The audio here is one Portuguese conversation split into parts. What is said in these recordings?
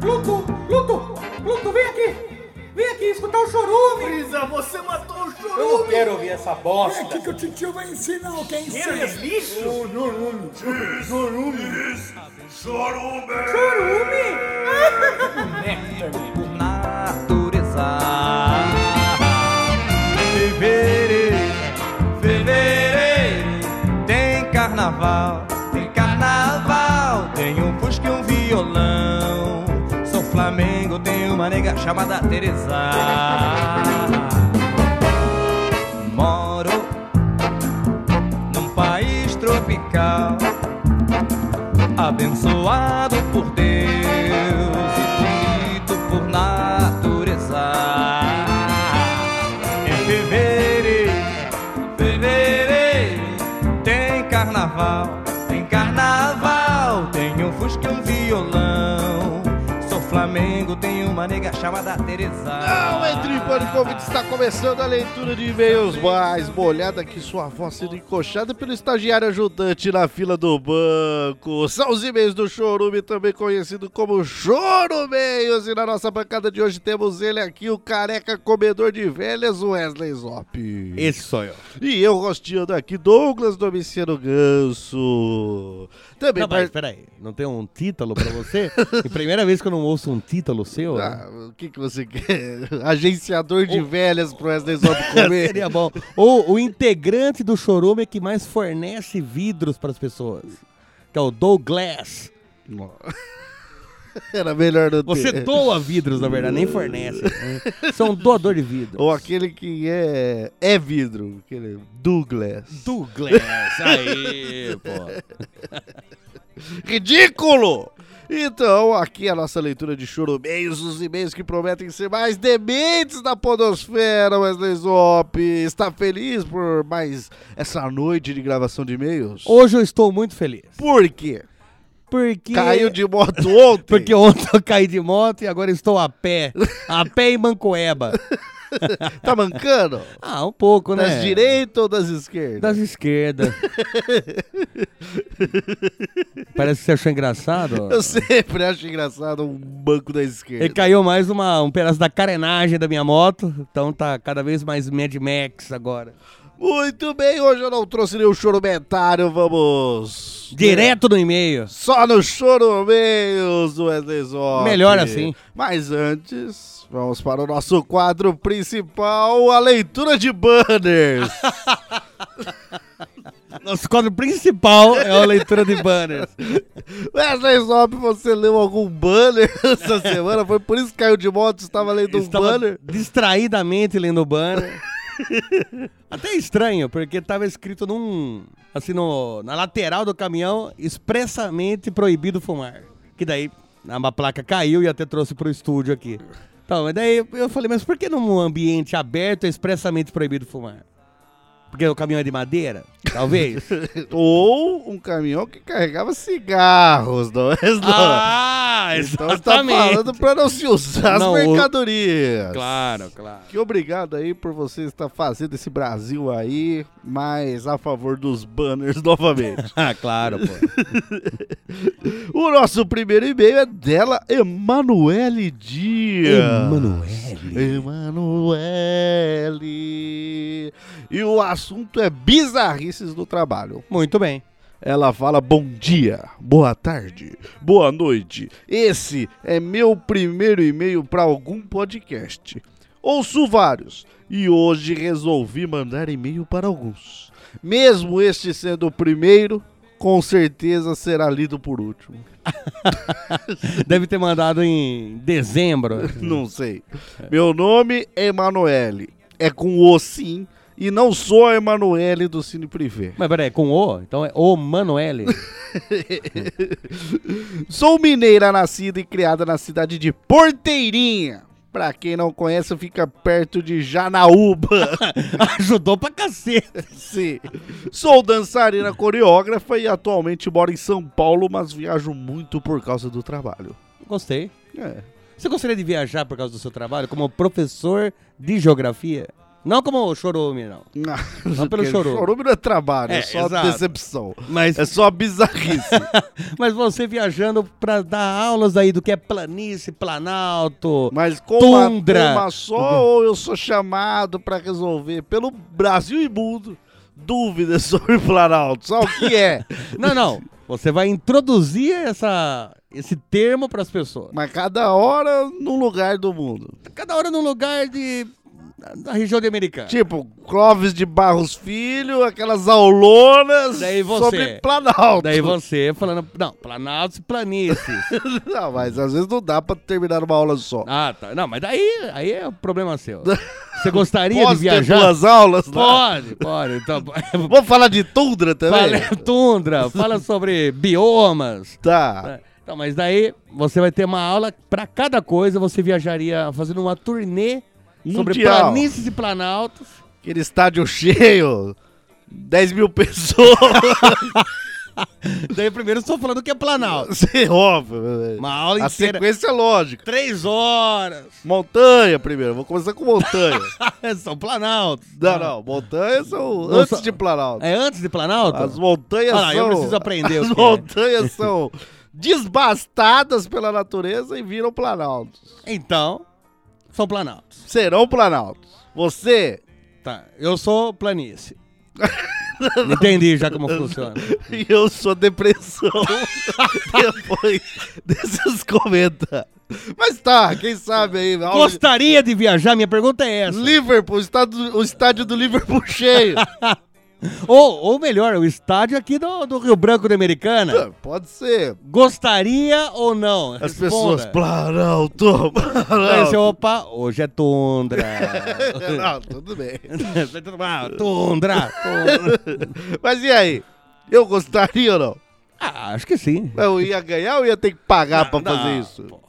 Pluto, Pluto, Pluto, vem aqui! Vem aqui escutar o chorume! Isa, você matou o chorume! Eu não quero ouvir essa bosta. É aqui que o titio vai ensinar o que é incesto. lixo? Chorume! Chorume! Chorume! Chorume? natureza. Fevereiro, fevereiro, tem carnaval, tem carnaval, tem um fusca e um violão. Sou Flamengo, tem uma nega chamada Teresa. Moro num país tropical abençoado por Deus e bonito por natureza. Em fevereiro, fevereiro, tem carnaval, tem carnaval, tem um fusca e um violão. Sou Flamengo, tem uma nega chamada Teresa. Não entre em pânico, ouvinte, está começando a leitura de e-mails mais molhada que sua voz sendo encoxada pelo estagiário ajudante na fila do banco. São os e-mails do Chorume, também conhecido como Chorumeios. E na nossa bancada de hoje temos ele aqui, o careca comedor de velhas, Wesley Zop. Esse sou eu. E eu rosteando aqui, Douglas Domiciano Ganso. Também Não, mas par- peraí, não tem um título pra você? É a primeira vez que eu não ouço um título seu. né? Ah, o que, que você quer? Agenciador de velhas pro Wesley Zop comer. é Seria bom. Ou o integrante do Chorume que mais fornece vidros pras pessoas. Que é o Douglas. Era melhor não ter. Você doa vidros, na verdade, nem fornece. né? São doador de vidros. Ou aquele que é. É vidro. Aquele Douglas. Douglas, aí, pô. Ridículo! Então, aqui a nossa leitura de choromeios, os e-mails que prometem ser mais dementes da podosfera, Wesley Zop. Está feliz por mais essa noite de gravação de e-mails? Hoje eu estou muito feliz. Por quê? Porque. Caiu de moto ontem? Porque ontem eu caí de moto e agora estou a pé. A pé em Mancoeba. Tá mancando? Ah, um pouco, né? Das direitas ou das esquerdas? Das esquerdas. Parece que você achou engraçado. Eu sempre acho engraçado um banco da Ele esquerda. caiu mais uma, um pedaço da carenagem da minha moto, então tá cada vez mais Mad Max agora. Muito bem, hoje eu não trouxe nenhum chorumentário, vamos... Direto no e-mail. Só no choromeios do Wesley Zop. Melhor assim. Mas antes, vamos para o nosso quadro principal, a leitura de banners. Nosso quadro principal é a leitura de banners. Wesley Zop, você leu algum banner essa semana? Foi por isso que caiu de moto, estava lendo um Estava banner? distraidamente lendo o banner. Até estranho, porque tava escrito num. Assim, no, na lateral do caminhão, expressamente proibido fumar. Que daí a placa caiu e até trouxe pro estúdio aqui. Então, mas daí eu falei, mas por que num ambiente aberto é expressamente proibido fumar? Porque o caminhão é de madeira? Talvez. Ou um caminhão que carregava cigarros, não é? ah, então você tá falando pra não se usar Não, o- as mercadorias. Claro, claro. Que obrigado aí por você estar fazendo esse Brasil aí, mas a favor dos banners novamente. Ah, claro, pô. o nosso primeiro e-mail é dela, Emanuele Dias. Emanuele. Emanuele. E o assunto é bizarrices do trabalho. Muito bem. Ela fala bom dia, boa tarde, boa noite. Esse é meu primeiro e-mail para algum podcast. Ouço vários e hoje resolvi mandar e-mail para alguns. Mesmo este sendo o primeiro, com certeza será lido por último. Deve ter mandado em dezembro. Não sei. Meu nome é Emanuele. É com o sim E não sou a Emanuele do Cine Privé. Mas peraí, com O? Então é O Manoel. Sou mineira nascida e criada na cidade de Porteirinha. Pra quem não conhece, fica perto de Janaúba. Ajudou pra cacete. Sim. Sou dançarina coreógrafa e atualmente moro em São Paulo, mas viajo muito por causa do trabalho. Gostei. É. Você gostaria de viajar por causa do seu trabalho como professor de geografia? Não como chorume, não. Não, pelo chorume. Chorume não é trabalho, é, É, só exato. decepção. Mas, É só bizarrice. mas você viajando pra dar aulas aí do que é planície, planalto. Mas com uma Tundra. Uhum. turma só ou eu sou chamado pra resolver pelo Brasil e mundo dúvidas sobre Planalto? Só o que é? Não, não. Você vai introduzir essa, esse termo pras pessoas. Mas cada hora num lugar do mundo. Cada hora num lugar de. da- da região de americana. Tipo, Clóvis de Barros Filho, aquelas aulonas Daí você. sobre Planalto. Daí você falando. Não, planaltos e planícies. Não, mas às vezes não dá pra terminar uma aula só. ah, tá. Não, mas daí, aí é o problema seu. Você gostaria de Posso ter viajar? duas aulas? lá? Pode, pode. Então, Vamos falar de Tundra também? fala tundra, fala sobre biomas. Tá. né? Então, mas daí você vai ter uma aula pra cada coisa. Você viajaria fazendo uma turnê sobre Mundial. planícies e planaltos. Aquele estádio cheio, 10 mil pessoas. Daí primeiro eu estou falando que é planalto. Sim, óbvio. velho. Uma aula A inteira. sequência é lógica. Três horas. Montanha primeiro, vou começar com montanha. São planaltos. não, não, montanhas são Não, antes só- de Planalto. É antes de planalto? As montanhas Ah, são. eu preciso aprender As o que é. montanhas são desbastadas pela natureza e viram planaltos. Então, são planaltos. Serão planaltos. Você Tá, eu sou planície. Entendi já como funciona. e eu sou depressão depois desses comentários. Mas tá, quem sabe aí. aula de- Gostaria de viajar? Minha pergunta é essa. Liverpool, estado- o estádio do Liverpool cheio. Ou, ou melhor, o estádio aqui do, do Rio Branco de Americana. Pode ser. né? Gostaria ou não? As Responda. pessoas, Planalto, Aí você, Planalto. opa, hoje é tundra. Não, tudo bem. Ah, tundra, tundra. Mas e aí? Eu gostaria ou não? Ah, acho que sim. Eu ia ganhar ou ia ter que pagar pra fazer Não, isso? porra,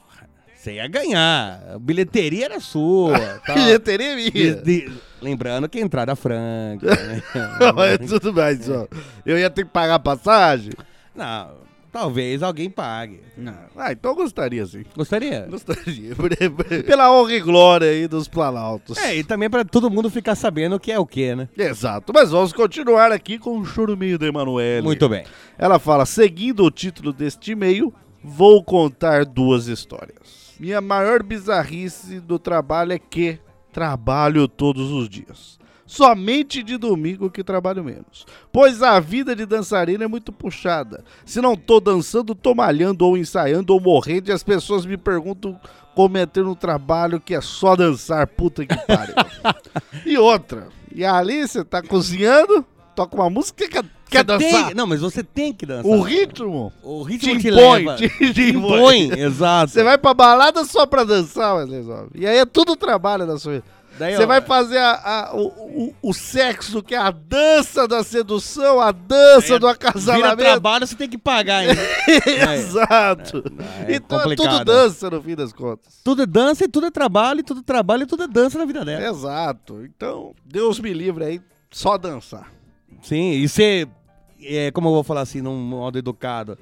Você ia ganhar. A bilheteria era sua. tal. Bilheteria minha. De- de- lembrando que é entrada franca. né? Não, mas tudo bem, só. Eu ia ter que pagar a passagem? Não, talvez alguém pague. Ah, então eu gostaria sim. Gostaria? Gostaria. Pela honra e glória aí dos Planaltos. É, e também pra todo mundo ficar sabendo o que é o que, né? Exato, mas vamos continuar aqui com o churuminho da Emanuele. Muito bem. Ela fala: seguindo o título deste e-mail, vou contar duas histórias. Minha maior bizarrice do trabalho é que trabalho todos os dias. Somente de domingo que trabalho menos. Pois a vida de dançarina é muito puxada. Se não tô dançando, tô malhando ou ensaiando ou morrendo e as pessoas me perguntam como é ter um trabalho que é só dançar, puta que pariu. e outra, e ali você tá cozinhando, toca uma música e quer, quer Você dançar. tem- não, mas você tem que dançar. O ritmo O te ritmo te, impõe, leva. te, te impõe. impõe, exato. Você vai pra balada só pra dançar, mas resolve. E aí é tudo trabalho da sua vida. Daí, Você ó, vai fazer a- a- o, o- o sexo, que é a dança da sedução, a dança do é- Vira acasalamento. trabalho, você tem que pagar ainda. Aí, Exato. é então é tudo complicado. dança no fim das contas. tudo é dança e tudo é trabalho, e tudo é trabalho e tudo é dança na vida dela. Exato. Então, Deus me livre aí, só dançar. Sim, e ser, é, como eu vou falar assim, num modo educado,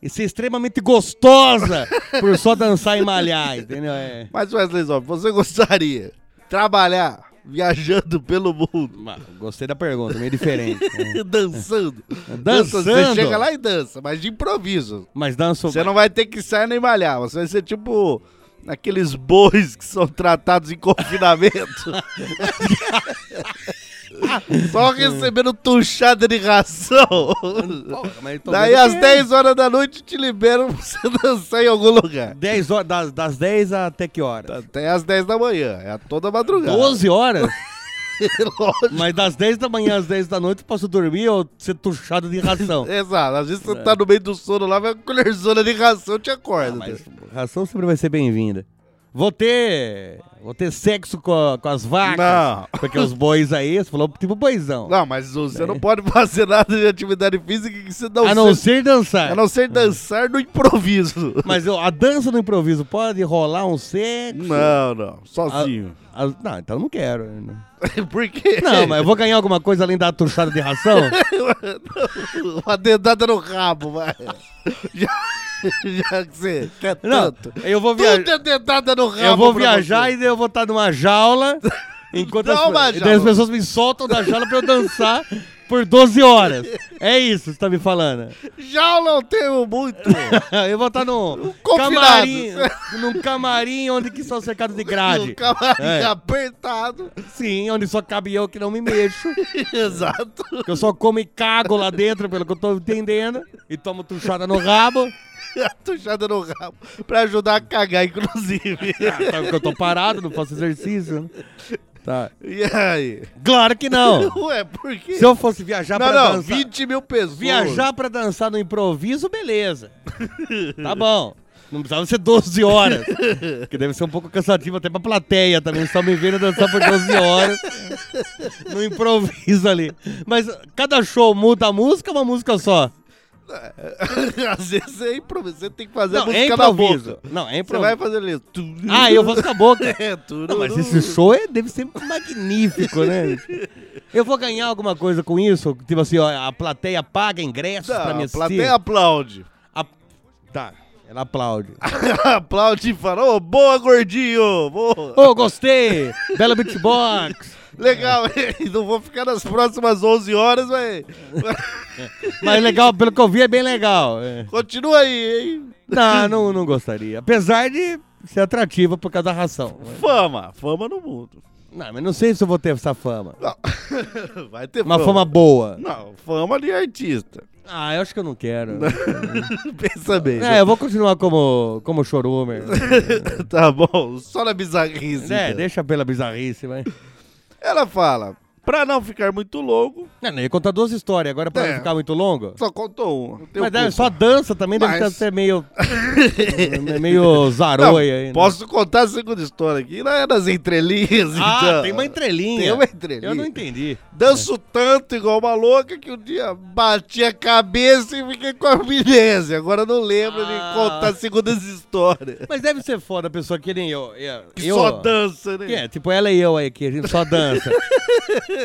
e ser extremamente gostosa por só dançar e malhar, entendeu? É. Mas Wesley Zop, você gostaria de trabalhar viajando pelo mundo, Mas Gostei da pergunta, meio diferente. né? dançando? Dançando? Você chega lá e dança, mas de improviso. Mas danço. Você não vai ter que sair nem malhar, você vai ser tipo aqueles bois que são tratados em confinamento. Só recebendo tuchada de ração. Pô, mas tô Daí vendo às que é. 10 horas da noite te liberam pra você dançar em algum é lugar. 10 horas, das, das 10 até que horas? Até às 10 da manhã, é a toda madrugada. 12 horas? Lógico. Mas das 10 da manhã às 10 da noite eu posso dormir ou ser tuchado de É, ração? Exato, às vezes É. você tá no Ah, meio do sono lá, vai com colherzona de ração te acorda. Mas ração sempre vai ser bem-vinda. Vou ter. Vou ter sexo com, a- com as vacas. Não. Porque os bois aí, você falou tipo boizão. Não, mas você não pode fazer nada de atividade física que você não Né? a não seja- ser dançar. a não ser dançar no improviso. Mas eu- a dança no improviso pode rolar um sexo? Não, não. A- Sozinho. a- não, então eu não quero. né? Por quê? Não, mas eu vou ganhar alguma coisa além da turchada de ração? Uma dedada no rabo, vai. Já, já que você quer Não, tanto. eu vou Tudo viajar. é dedada no rabo. Eu vou pra viajar você. e daí eu vou estar numa jaula. Enquanto Não as, uma e daí as jaula. pessoas me soltam da jaula pra eu dançar por 12 horas. É isso que você tá me falando. Já eu não tenho muito. Eu vou estar num Confinado. camarim, num camarim onde que só cercado de grade. O camarim É. apertado. Sim, onde só cabe eu que não me mexo. Exato. Que eu só como e cago lá dentro, pelo que eu tô entendendo. E tomo tuchada no rabo. A tuchada no rabo. Pra ajudar a cagar, inclusive. Ah, Sabe porque eu tô parado, não faço exercício. né? Tá. E aí? Claro que não. Ué, por quê? Se eu fosse viajar Não, pra não, dançar... 20 mil pessoas. Viajar pra dançar no improviso, beleza. Tá bom. Não precisava ser 12 horas. Que deve ser um pouco cansativo até pra plateia também, só me vendo dançar por 12 horas no improviso ali. Mas cada show muda a música ou uma música só? Às vezes é improviso. Você tem que fazer Não, música é na improviso. boca. Não, é Você vai improviso. fazer ali. Ah, eu faço com a boca. É, tudo. Não, mas esse show é- deve ser magnífico, né? Eu vou ganhar alguma coisa com isso? Tipo assim, ó, a plateia paga ingressos pra é assim. me A assistir? plateia aplaude. A- Tá, ela aplaude. aplaude e fala, ô, boa, gordinho. Boa. Ô, gostei! Bela beatbox! Legal, hein? Não vou ficar nas próximas 11 horas, mas... Mas legal, pelo que eu vi, é bem legal. É. Continua aí, hein? Não, não, não gostaria. Apesar de ser atrativa por causa da ração. Fama. Fama no mundo. Não, mas não sei se eu vou ter essa fama. Não. Vai ter Uma fama. fama boa. Não, fama de artista. Ah, eu acho que eu não quero. Pensa bem. É, eu vou continuar como, como chorumer. Tá bom, só na bizarrice. É, então. deixa pela bizarrice, vai. Ela fala, pra não ficar muito longo, Não, não, ia contar duas histórias, agora pra não É. ficar muito longo. só contou uma. Tem Mas um pouco. deve- só dança também deve Mas- ser meio. meio zaroia Não, aí. né? Posso contar a segunda história aqui, não é nas entrelinhas, Ah, então. tem uma entrelinha. Tem uma entrelinha. Eu não entendi. Danço tanto igual uma louca que um dia bati a cabeça e fiquei com amnésia. Agora eu não lembro Ah. de contar as segundas histórias. Mas deve ser foda a pessoa que nem eu. eu Que eu- só dança, né? Que é, tipo ela e eu aí, que a gente só dança.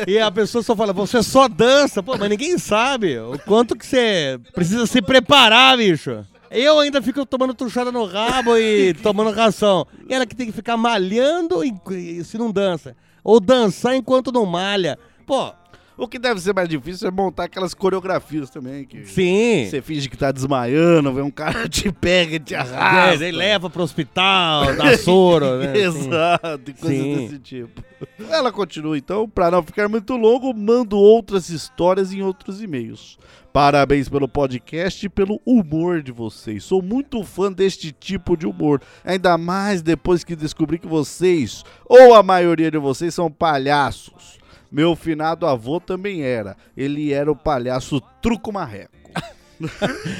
e a pessoa só fala, você só dança. Pô, mas ninguém sabe o quanto que você precisa se preparar, bicho. Eu ainda fico tomando tuchada no rabo e tomando ração. E ela que tem que ficar malhando e, e se não dança. Ou dançar enquanto não malha. Pô, O que deve ser mais difícil é montar aquelas coreografias também. Que sim. Você finge que tá desmaiando, vem um cara te pega e te É, arrasta. daí leva pro hospital, dá soro, né? Sim. Exato, e coisas Sim. desse tipo. Ela continua então, pra não ficar muito longo, mando outras histórias em outros e-mails. Parabéns pelo podcast e pelo humor de vocês. Sou muito fã deste tipo de humor, ainda mais depois que descobri que vocês, ou a maioria de vocês, são palhaços. Meu finado avô também era. Ele era o palhaço truco marreco.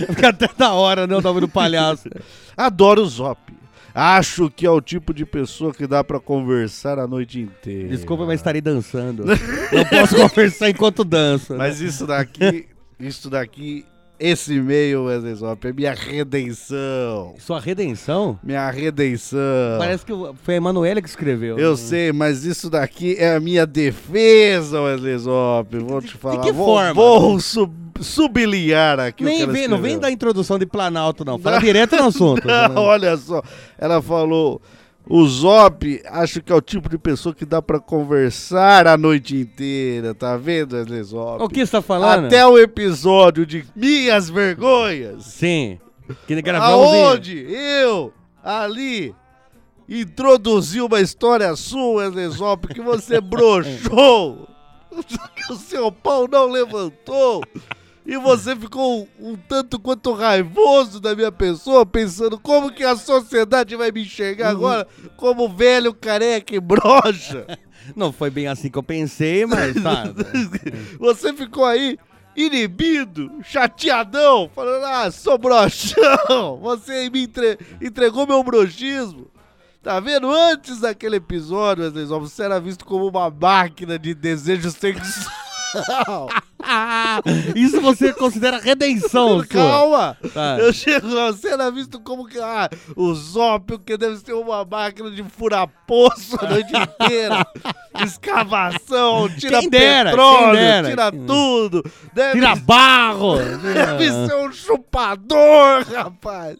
Fica até da hora, né? O nome do palhaço. É. Adoro o Zop. Acho que é o tipo de pessoa que dá pra conversar a noite inteira. Desculpa, mas estarei dançando. Não posso conversar enquanto danço. Mas isso daqui, isso daqui, esse e-mail, Wesley Zop, é minha redenção. Sua redenção? Minha redenção. Parece que foi a Emanuela que escreveu. Eu sei, mas isso daqui é a minha defesa, Wesley Zop. Vou te falar. que vou, forma? Vou sub- sublinhar aqui o que Nem ela vem, não vem escreveu. da introdução de Planalto, não. Fala direto no assunto. né? Não, olha só. Ela falou. O Zop, acho que é o tipo de pessoa que dá pra conversar a noite inteira, tá vendo, Wesley Zop? O que você tá falando? Até o episódio de Minhas Vergonhas, Sim. Que um gravamos em- aonde eu, ali, introduzi uma história sua, Wesley Zop, que você broxou, que o seu pau não levantou. E você ficou um tanto quanto raivoso da minha pessoa, pensando como que a sociedade vai me enxergar agora como velho careca e broxa. Não foi bem assim que eu pensei, mas tá. Você ficou aí inibido, chateadão, falando, ah, sou broxão, você me entre- entregou meu broxismo. Tá vendo? Antes daquele episódio, Wesley Zop, você era visto como uma máquina de desejo sexual. Isso você considera redenção, sua. Calma! Tá. Eu chego lá, você era visto como que. Ah, o Zópio, que deve ser uma máquina de furar poço a noite inteira. Escavação, tira Quem dera, petróleo, quem dera. tira tudo. Deve, Tira barro! deve Ah. ser um chupador, rapaz.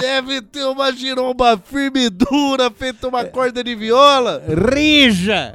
Deve ter uma giromba firme e dura, feita É. uma corda de viola. Rija! É.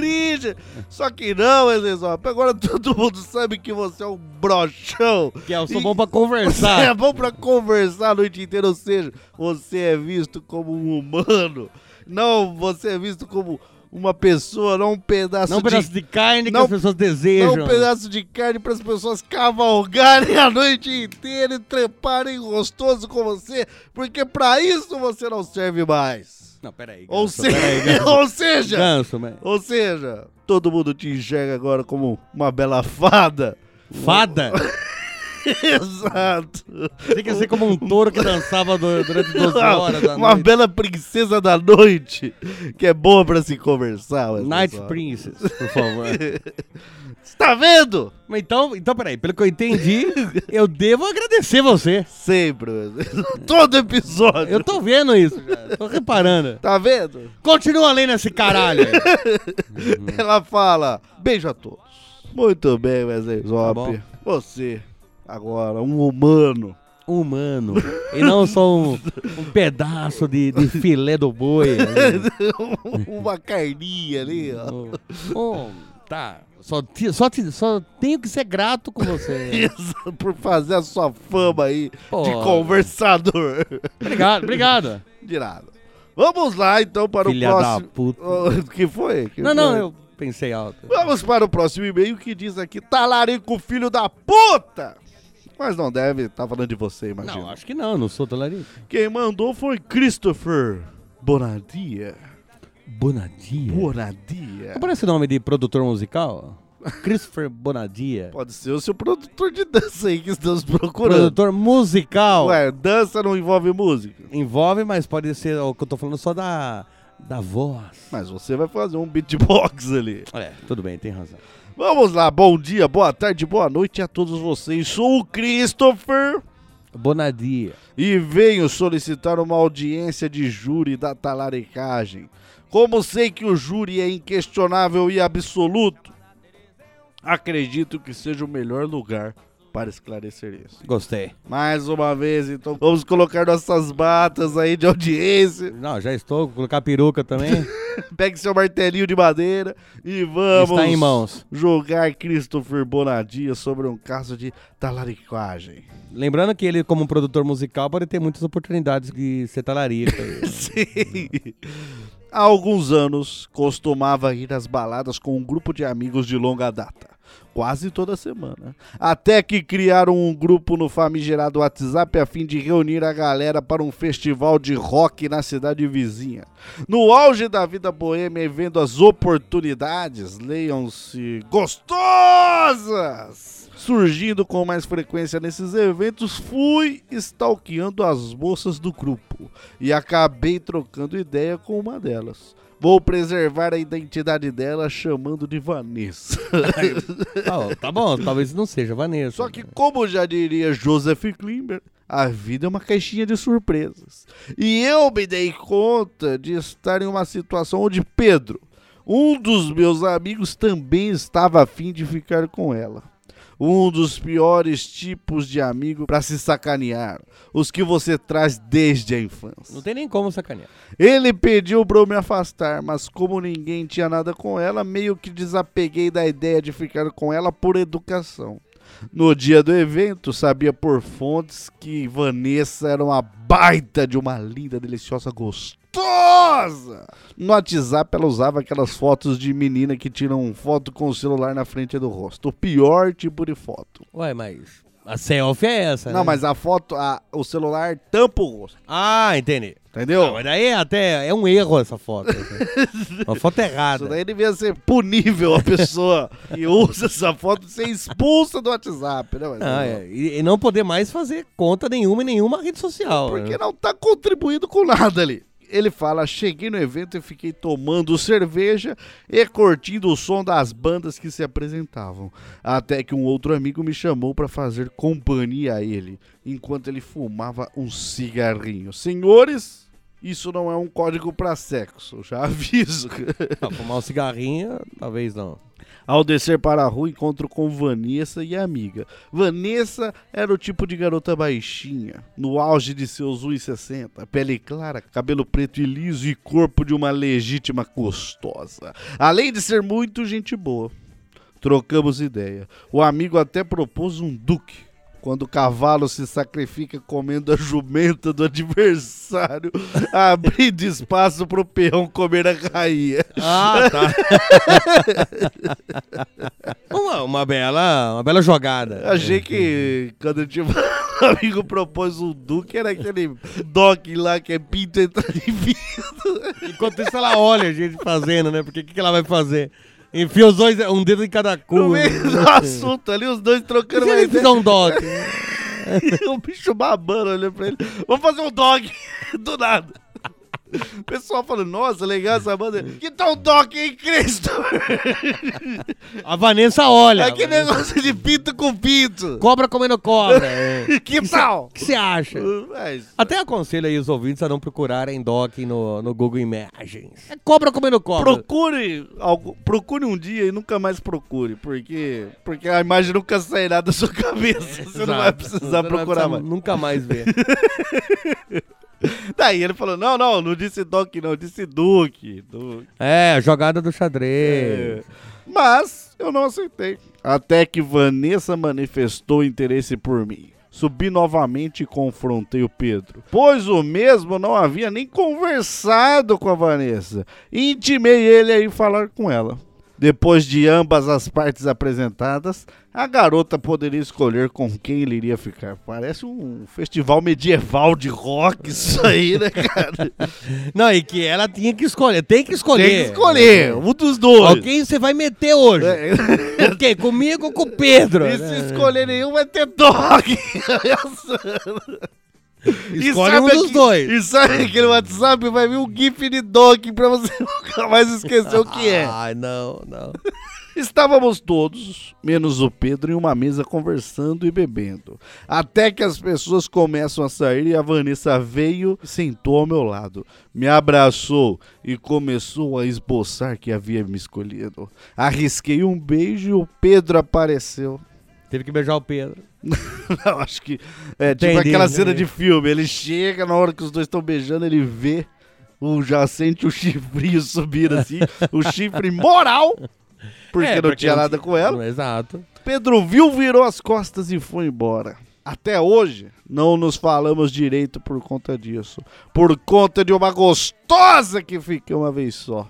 Rija. Só que não, Exesop. Agora todo mundo sabe que você é um brochão. Que é, eu sou E- bom pra Você é conversar. bom pra conversar a noite inteira, ou seja, você é visto como um humano. Não, você é visto como uma pessoa, não um pedaço Não um de pedaço de carne Não- que as pessoas não desejam. um pedaço de carne para as pessoas cavalgarem a noite inteira e treparem gostoso com você, porque pra isso você não serve mais. Não, peraí. Ou, Ganso, se- peraí, Ganso. ou seja, Ganso, mas... ou seja, todo mundo te enxerga agora como uma bela fada. Fada? Exato. Tem que ser como um touro que dançava do- durante 12 horas da Uma noite. bela princesa da noite, que é boa pra se conversar. mas Night pessoal. Princess, por favor. Cê Tá vendo? Mas então, então, peraí, pelo que eu entendi, eu devo agradecer você. Sempre. mas- Todo episódio. Eu tô vendo isso, já. Tô reparando. Tá vendo? Continua lendo esse caralho. aí. Ela fala, beijo a todos. Muito bem, Wesley Zop. Tá bom. Você, agora, um humano. Humano. E não só um, um pedaço de, de filé do boi. né? Uma carninha ali, ó. Oh, oh, tá. Só, ti- só, ti- só tenho que ser grato com você. Isso, Por fazer a sua fama aí de Pô. conversador. Obrigado, obrigado. De nada. Vamos lá, então, para Filha o da próximo... puta. O que foi? Que Não, não, foi? eu pensei alto. Vamos para o próximo e-mail que diz aqui: Talarico, filho da puta! Mas não deve estar falando de você, imagina. Não, acho que não, não sou talarico. Quem mandou foi Christopher Bonadia. Bonadia. Bonadia. Não parece nome de produtor musical? Christopher Bonadia. Pode ser o seu produtor de dança aí que estamos procurando. Produtor musical. Ué, dança não envolve música. Envolve, mas pode ser o que eu tô falando só da, da voz. Mas você vai fazer um beatbox ali. É, tudo bem, tem razão. Vamos lá, bom dia, boa tarde, boa noite a todos vocês. Sou o Christopher. Bonadia. e venho solicitar uma audiência de júri da talaricagem. Como sei que o júri é inquestionável e absoluto, acredito que seja o melhor lugar para esclarecer isso. Gostei. Mais uma vez, então, vamos colocar nossas batas aí de audiência. Não, já estou. Vou colocar a peruca também. Pegue seu martelinho de madeira e vamos Está em mãos. julgar Christopher Bonadia sobre um caso de talaricagem. Lembrando que ele, como produtor musical, pode ter muitas oportunidades de ser talarico. Sim. Há alguns anos, costumava ir às baladas com um grupo de amigos de longa data. Quase toda semana. Até que criaram um grupo no famigerado WhatsApp a fim de reunir a galera para um festival de rock na cidade vizinha. No auge da vida boêmia e vendo as oportunidades, leiam-se gostosas! Surgindo com mais frequência nesses eventos, fui stalkeando as moças do grupo e acabei trocando ideia com uma delas. Vou preservar a identidade dela chamando de Vanessa. tá, bom, tá bom, talvez não seja Vanessa. Só que, como já diria Joseph Klimber, a vida é uma caixinha de surpresas. E eu me dei conta de estar em uma situação onde Pedro, um dos meus amigos, também estava afim de ficar com ela. Um dos piores tipos de amigo para se sacanear, os que você traz desde a infância. Não tem nem como sacanear. Ele pediu pra eu me afastar, mas como ninguém tinha nada com ela, meio que desapeguei da ideia de ficar com ela por educação. No dia do evento, sabia por fontes que Vanessa era uma baita de uma linda, deliciosa, gostosa. No WhatsApp, ela usava aquelas fotos de menina que tiram foto com o celular na frente do rosto. O pior tipo de foto. Ué, mas a selfie é essa, Não, né? mas a foto, a- o celular tampa o rosto, Ah, entendi. entendeu? Não, mas daí até é um erro essa foto. né? Uma foto errada. Isso daí Né? devia ser punível a pessoa que usa essa foto de ser expulsa do WhatsApp, né? Mas, Ah, é. E, e não poder mais fazer conta nenhuma em nenhuma rede social. Porque né? não tá contribuindo com nada ali. Ele fala: cheguei no evento e fiquei tomando cerveja e curtindo o som das bandas que se apresentavam. Até que um outro amigo me chamou para fazer companhia a ele, enquanto ele fumava um cigarrinho. Senhores, isso não é um código para sexo, já aviso. Ah, fumar um cigarrinho, talvez não. Ao descer para a rua, encontro com Vanessa e a amiga. Vanessa era o tipo de garota baixinha, no auge de seus 1,60, pele clara, cabelo preto e liso e corpo de uma legítima gostosa. Além de ser muito gente boa. Trocamos ideia. O amigo até propôs um duque. Quando o cavalo se sacrifica comendo a jumenta do adversário, abrindo espaço para o peão comer a rainha. Ah, tá. uma, uma bela, uma bela jogada. Achei que quando eu tinha um amigo propôs um Duque, era aquele Doc lá que é pinto entrando em pinto. Enquanto isso, ela olha a gente fazendo, né? Porque o que, que ela vai fazer? Enfia os dois, um dedo em cada No cu. né? meio do assunto ali, os dois trocando Se uma ele ideia. fizer um dote. o bicho babando olhando pra ele. Vamos fazer um dog do nada. O pessoal falando, nossa, legal essa banda. Que tal um dog, hein, Cristo? A Vanessa olha. É que negócio de pinto com pinto. Cobra comendo cobra. é. O Que tal? que você acha? Mas, Até aconselho aí os ouvintes a não procurarem DOC no, no Google Imagens. É cobra comendo cobra. Procure, algo, procure um dia e nunca mais procure, porque, porque a imagem nunca sairá da sua cabeça. Você não vai Exato. precisar Você não vai procurar precisar mais. Nunca mais ver. Daí ele falou: não, não, não disse Doc, não, disse Duke. Duke. é, a jogada do xadrez. Mas eu não aceitei. Até que Vanessa manifestou interesse por mim. Subi novamente e confrontei o Pedro, pois o mesmo não havia nem conversado com a Vanessa. Intimei ele a ir falar com ela. Depois de ambas as partes apresentadas, a garota poderia escolher com quem ele iria ficar. Parece um festival medieval de rock isso aí, né, cara? Não, e que ela tinha que escolher. Tem que Tem escolher. que escolher, um dos dois. Com quem você vai meter hoje? Com quem? Comigo ou com o Pedro? É. E se escolher nenhum, vai ter dog. E Escolhe sabe um dos aqui- dois. E sabe aquele WhatsApp? Vai vir um gif de dog pra você nunca mais esquecer o que é. Ai, não, não. Estávamos todos, menos o Pedro, em uma mesa conversando e bebendo. Até que as pessoas começam a sair e a Vanessa veio e sentou ao meu lado. Me abraçou e começou a esboçar que havia me escolhido. Arrisquei um beijo e o Pedro apareceu. Teve que beijar o Pedro. Não, acho que. É tipo Entendi, aquela cena entendi. de filme. Ele chega, na hora que os dois estão beijando, ele vê. O, já sente o chifrinho subir assim. o chifre moral. Porque É, não tinha nada com ela. Exato. Pedro viu, virou as costas e foi embora. Até hoje, não nos falamos direito por conta disso. Por conta de uma gostosa que fiquei uma vez só.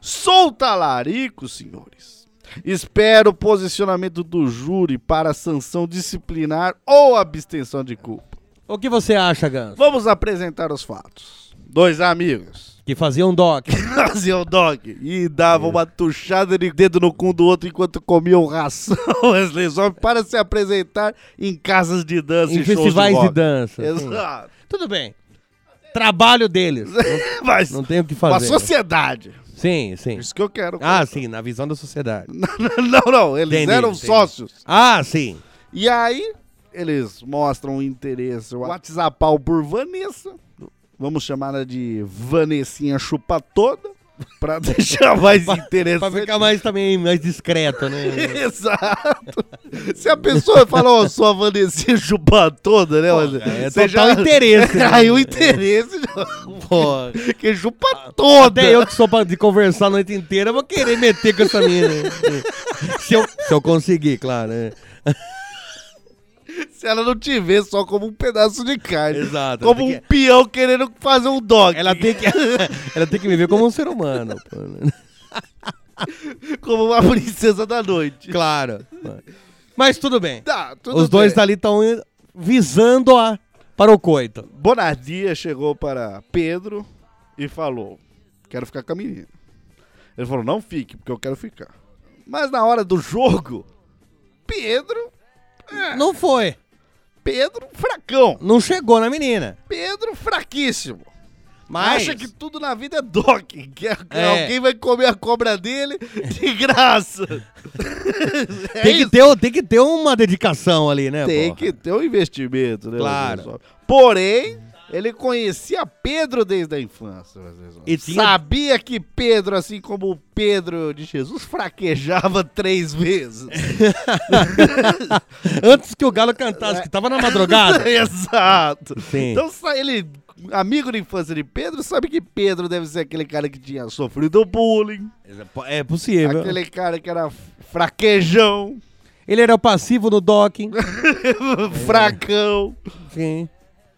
Sou talarico, senhores. Espero o posicionamento do júri para sanção disciplinar ou abstenção de culpa. O que você acha, Ganso? Vamos apresentar os fatos. Dois amigos Que fazia um doc. faziam dog e É. davam uma tuchada de dedo no cu do outro enquanto comiam ração, Wesley Zop, para se apresentar em casas de dança em e shows festivais de rock. dança. Exato. Sim. Tudo bem. Trabalho deles. Mas Não tem o que uma fazer. né? sociedade. Sim, sim. Isso que eu quero. Ah, sim, na visão da sociedade. não, não, eles Entendi, eram entendi. sócios. Ah, sim. E aí, eles mostram o interesse, o WhatsApp por Vanessa. Vamos chamar ela de Vanessinha Chupa Toda, pra deixar mais Pra interessante. ficar mais também, mais discreto, né? Exato. Se a pessoa fala, ó, sua Vanessa chupa toda, né? Mas, é você total interesse, né? Aí o interesse já... Pô. que chupa toda. Até eu que sou pra de conversar a noite inteira, eu vou querer meter com essa mina. se, eu, se eu conseguir, claro. né? Se ela não te vê só como um pedaço de carne. Exato. Como Tem um que- peão querendo fazer um dog. Ela tem que, ela tem que me ver como um ser humano. pô, né? Como uma princesa da noite. Claro. Mas tudo bem. Tá, tudo Os dois bem. ali estão visando a para o coito. Bonardia chegou para Pedro e falou: Quero ficar com a menina. Ele falou: Não fique, porque eu quero ficar. Mas na hora do jogo, Pedro, É. Não foi. Pedro, fracão. Não chegou na menina. Pedro, fraquíssimo. Mas. Acha que tudo na vida é doc, que é- É. alguém vai comer a cobra dele de graça. É tem, que isso. ter, o- tem que ter uma dedicação ali, né? Tem porra? que ter um investimento, né? Claro. pessoal? Porém, ele conhecia Pedro desde a infância. pessoal. E tinha- Sabia que Pedro, assim como o Pedro de Jesus, fraquejava três vezes. Antes que o galo cantasse, que tava na madrugada. Exato. Sim. Então sa- ele, amigo de infância de Pedro, sabe que Pedro deve ser aquele cara que tinha sofrido bullying, É possível. aquele cara que era fraquejão, Ele era o passivo no docking. É. fracão, Sim.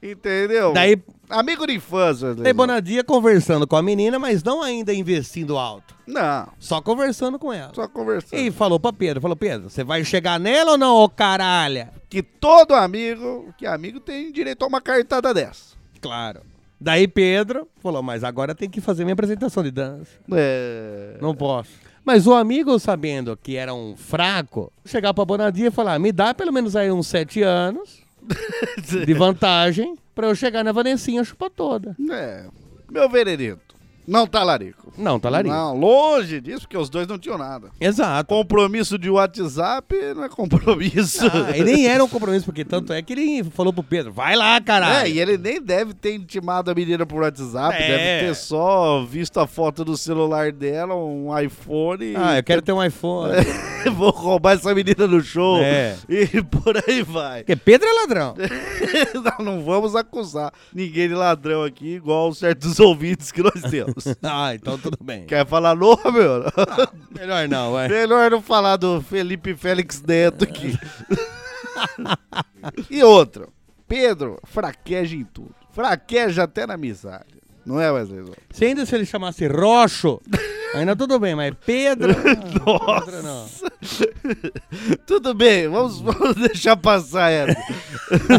entendeu? Daí, amigo de infância. daí Wesley. Bonadia conversando com a menina, mas não ainda investindo alto. Não, Só conversando com ela. só conversando. E falou pra Pedro, falou, Pedro, você vai chegar nela ou não, ô caralha? que todo amigo, que amigo tem direito a uma cartada dessa. Claro. Daí Pedro falou, mas agora tem que fazer minha apresentação de dança. É... Não posso. Mas o amigo, sabendo que era um fraco, chegar pra Bonadia e falar, me dá pelo menos aí uns sete anos de vantagem pra eu chegar na Vanessinha chupa toda. É. Meu veredito, não talarico. Não, tá talarico. Não, longe disso, porque os dois não tinham nada. Exato. Compromisso de WhatsApp não é compromisso. Ah, e nem era um compromisso, porque tanto é que ele falou pro Pedro, vai lá, caralho. É, e ele nem deve ter intimado a menina por WhatsApp, É. deve ter só visto a foto do celular dela, um iPhone. Ah, eu quero ter um iPhone. e Vou roubar essa menina no show. É. E por aí vai. Porque Pedro é ladrão. Não, não vamos acusar ninguém de ladrão aqui, igual certos ouvintes que nós temos. Ah, então tudo bem. Quer falar nome, meu? Melhor não, vai. Melhor não falar do Felipe Félix Neto aqui. e outra. Pedro fraqueja em tudo. Fraqueja até na amizade. Não é, Wesley? Zó? Se ainda se ele chamasse Roxo, ainda tudo bem, mas Pedro. Nossa. Pedro não. Hum. Tudo bem, vamos, vamos deixar passar essa.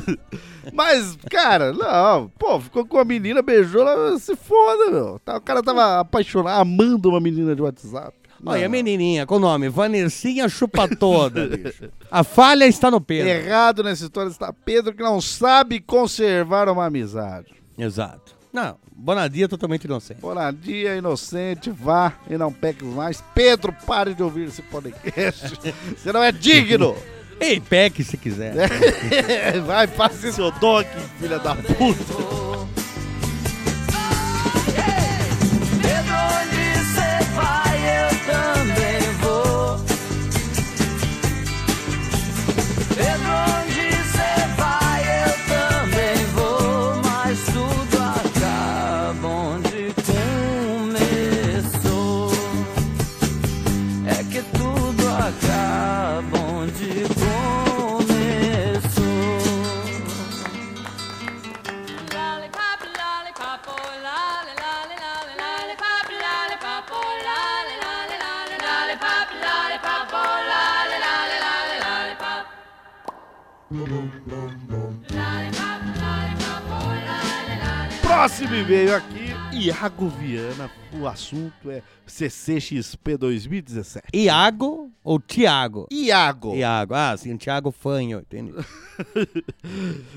Mas, cara, não, pô, ficou com a menina, beijou, ela se foda, meu. Tá- O cara tava apaixonado, amando uma menina de WhatsApp. Olha, a Não, menininha, com o nome Vanessinha Chupa Toda, bicho. A falha está no Pedro. Errado nessa história está Pedro que não sabe conservar uma amizade. Exato. Não, Bonadia é totalmente inocente. Moradia inocente, vá e não peques mais. Pedro, pare de ouvir esse podcast. Você não é digno. Ei, peque se quiser. Vai, faça seu doc, filha da puta. Pedro, onde você vai, eu também vou. Pedro, onde você vai, eu também vou. Mas tudo acaba onde começou. É que tudo acaba onde começou. Lollipop, lollipop, oh, lolly, lolly, lolly, lollipop, lollipop, oh, lolly, lolly, lolly, lollipop, lollipop, oh, lolly, lolly, lolly, lollipop. Lollipop, lollipop, oh, lolly, lolly. Próximo e-mail aqui, Iago Viana. O assunto é CCXP 2017. Iago ou Tiago? Iago. Iago. Ah, sim, Tiago Fanho, entendi.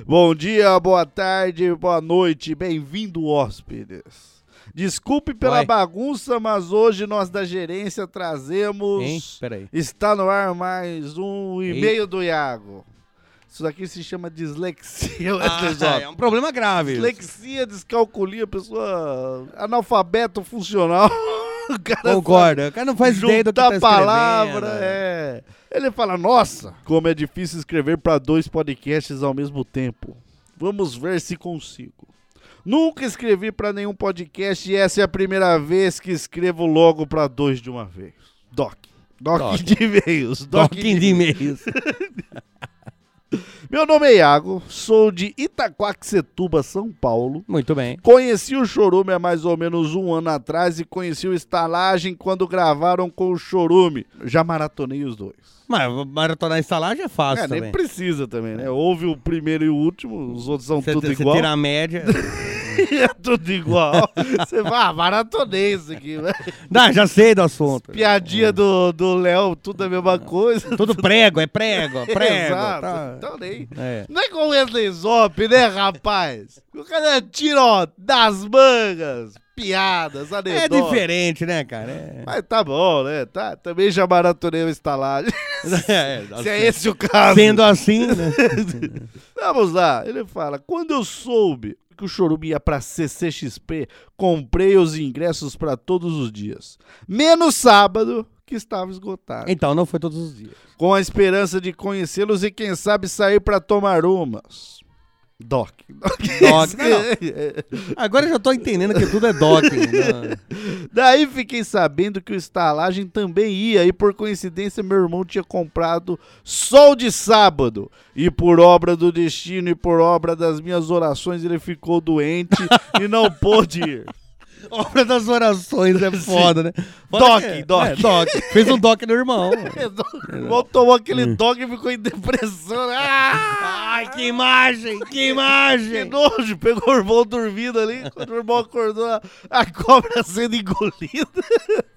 Bom dia, boa tarde, boa noite. Bem-vindo, hóspedes. Desculpe pela Uai. bagunça, mas hoje nós da gerência trazemos. Hein? Peraí. Está no ar mais um e-mail do Iago. Isso daqui se chama dislexia. Wesley Ah, Zop. é um problema grave. dislexia, descalculia, pessoa analfabeto funcional. O cara é Concordo. O cara não faz ideia do que juntar tá né? palavra, escrevendo. é. Ele fala, nossa, como é difícil escrever para dois podcasts ao mesmo tempo. Vamos ver se consigo. Nunca escrevi para nenhum podcast e essa é a primeira vez que escrevo logo para dois de uma vez. Doc. Doc, Doc. de e-mails. Doc, Toquinho de e-mails. Meu nome é Iago, sou de Itaquaquecetuba, São Paulo. Muito bem. Conheci o Chorume há mais ou menos um ano atrás e conheci o Estalagem quando gravaram com o Chorume. Já maratonei os dois. Mas maratonar a estalagem é fácil É, nem também. precisa também, né? Houve o primeiro e o último, os outros são É. Você tudo você igual. tira a média. é tudo igual. Você vai, ah, maratonei isso aqui, velho. Não, já sei do assunto. Piadinha do do Léo, tudo a mesma coisa. Tudo prego, é prego, prego. Exato, tá. então nem. É. Não é com o Wesley Zop, né, rapaz? O cara tira, ó, das mangas, piadas, É anedotas. diferente, né, cara? É. Mas tá bom, né? Tá, também já maratonei uma estalagem. É, Se é esse o caso. Sendo assim, né? Vamos lá, ele fala: quando eu soube que o Chorume ia pra CCXP, comprei os ingressos pra todos os dias, menos sábado, que estava esgotado. Então, não foi todos os dias. Com a esperança de conhecê-los e, quem sabe, sair pra tomar umas. Doc. É. Doc, Agora eu já tô entendendo que tudo é docking. né? Daí fiquei sabendo que o estalagem também ia, e por coincidência meu irmão tinha comprado sol de sábado. E por obra do destino e por obra das minhas orações, ele ficou doente e não pôde ir. Obra das orações é foda, né? Doc, que- doc. é, doc. Fez um doc no irmão. O irmão tomou aquele dog e ficou em depressão. Ah, Ai, que imagem, que que imagem. nojo! Pegou o irmão dormindo ali. Quando o irmão acordou, a- a cobra sendo engolida.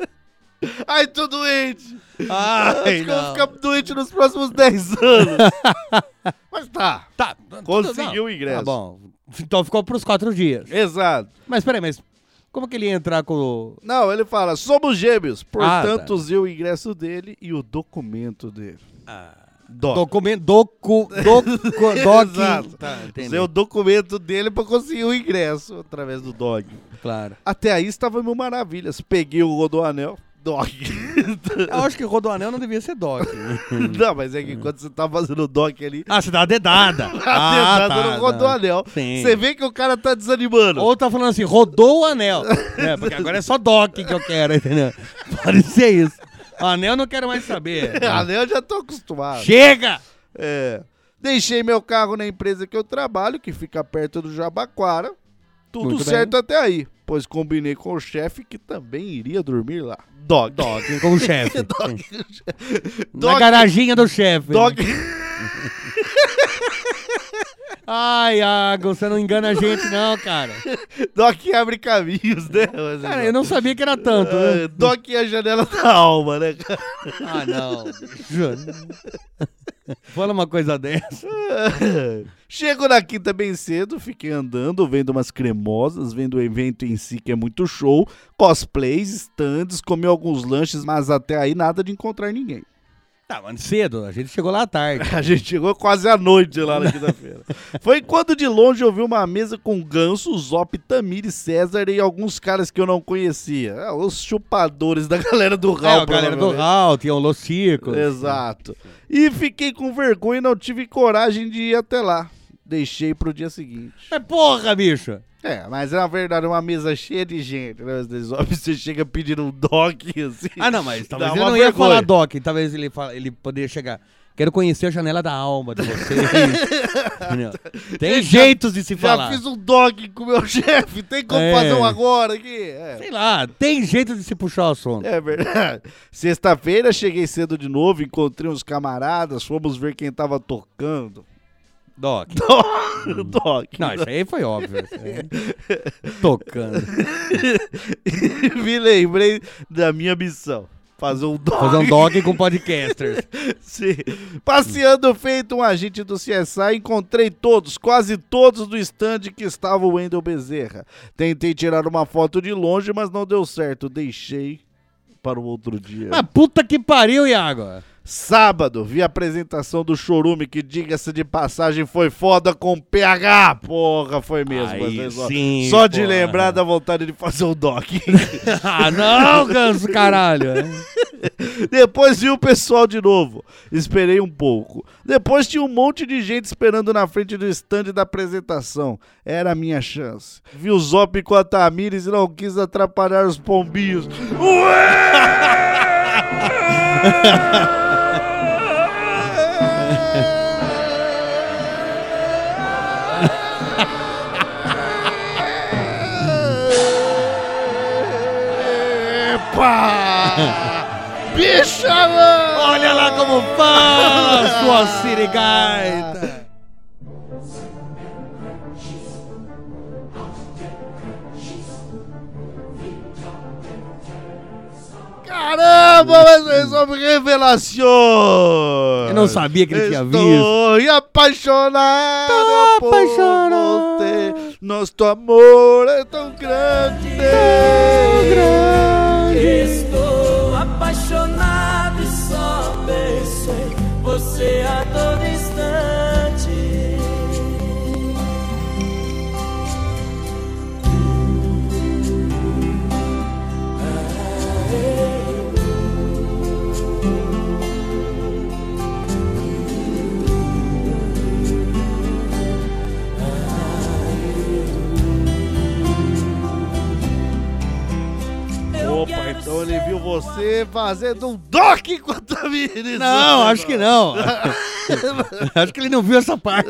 Ai, tô doente! Ai, Acho que eu vou não. ficar doente nos próximos 10 anos. Mas tá. Tá, Conseguiu o ingresso. Tá bom. Então ficou pros quatro dias. Exato. Mas peraí, mas como que ele ia entrar com o... Não, ele fala, somos gêmeos. Portanto, Ah, tá. usei o ingresso dele e o documento dele. Doc. Documento, docu, docu, Exato. Ah. doc. Tá, Usei o documento dele pra conseguir o ingresso através do dog. Claro. Até aí estava mil maravilhas. Peguei o Rodoanel. Dog. Eu acho que Rodoanel não devia ser né? doc. Não, mas é que quando você tá fazendo o doc ali, ah, você dá uma dedada. tá Ah, dedado tá, no Rodoanel. Sim. Você vê que o cara tá desanimando. Ou tá falando assim, rodou o anel. É, porque agora é só DOC que eu quero, entendeu? Pode ser isso. Anel eu não quero mais saber. É, Anel eu já tô acostumado. Chega! É. Deixei meu carro na empresa que eu trabalho, que fica perto do Jabaquara. Tudo Muito bem. certo até aí, pois combinei com o chefe que também iria dormir lá. Dog. Dog. Com o chefe. Dog. Na garaginha do chefe. Dog. Ai, Iago, você não engana a gente não, cara. Dog abre caminhos, né? Mas, Cara, eu não sabia que era tanto. né? Ah, Dog é a janela da alma, né, cara? Ah, não. bicho. Fala uma coisa dessa. Chego na quinta bem cedo, fiquei andando, vendo umas cremosas, vendo o evento em si que é muito show, cosplays, stands, comi alguns lanches, mas até aí nada de encontrar ninguém. Tá, mano, cedo. A gente chegou lá à tarde. A gente chegou quase à noite lá na quinta-feira. Foi quando de longe eu vi uma mesa com Ganso, Zop, Tamir, César e alguns caras que eu não conhecia. Ah, os chupadores da galera do É, Raul, a galera do provavelmente. Hall, tinha o Los Circos. Exato. E fiquei com vergonha e não tive coragem de ir até lá. Deixei pro dia seguinte. Mas porra, bicho. É, mas na verdade é uma mesa cheia de gente, né? Às vezes, óbvio, você chega pedindo um doc, assim. Ah, não, mas talvez Dá ele uma não ia vergonha. falar Doc. Talvez ele, fala, ele poderia chegar. Quero conhecer a janela da alma de vocês. Entendeu? Tem jeitos de se Já falar. fiz um doc com o meu chefe, tem como É. fazer um agora aqui? É. Sei lá, tem jeito de se puxar o assunto. É verdade. Sexta-feira cheguei cedo de novo, encontrei uns camaradas, fomos ver quem tava tocando. Doc. Hum. Doc. Não, isso aí foi óbvio. isso aí. Tocando. Me lembrei da minha missão. Fazer um doc. Fazer um doc com podcasters. Sim. Passeando feito um agente do CSI, encontrei todos, quase todos do stand que estava o Wendel Bezerra. Hum. Tentei tirar uma foto de longe, mas não deu certo. Deixei para o outro dia. Mas Ah, puta que pariu, Iago. Sábado, vi a apresentação do Chorume, que diga-se de passagem, foi foda com PH. Porra, foi mesmo. Aí mas é só- sim, só de porra. lembrar da vontade de fazer o doc. Ah, não, ganso, caralho. Depois vi o pessoal de novo. Esperei um pouco. Depois tinha um monte de gente esperando na frente do stand da apresentação. Era a minha chance. Vi o Zop com a Tamires e não quis atrapalhar os pombinhos. Bicha, mano! Olha lá como fala, Ah, sua sirigaita. vez uma revelação! Eu não sabia que ele tinha Estou apaixonado! Tô por apaixonado. você. Nosso amor é tão grande! Tão grande! Estou apaixonado e só penso em você a todo instante. Opa, então ele viu você fazendo um doc enquanto a menina! Não, acho que não. acho que ele não viu essa parte.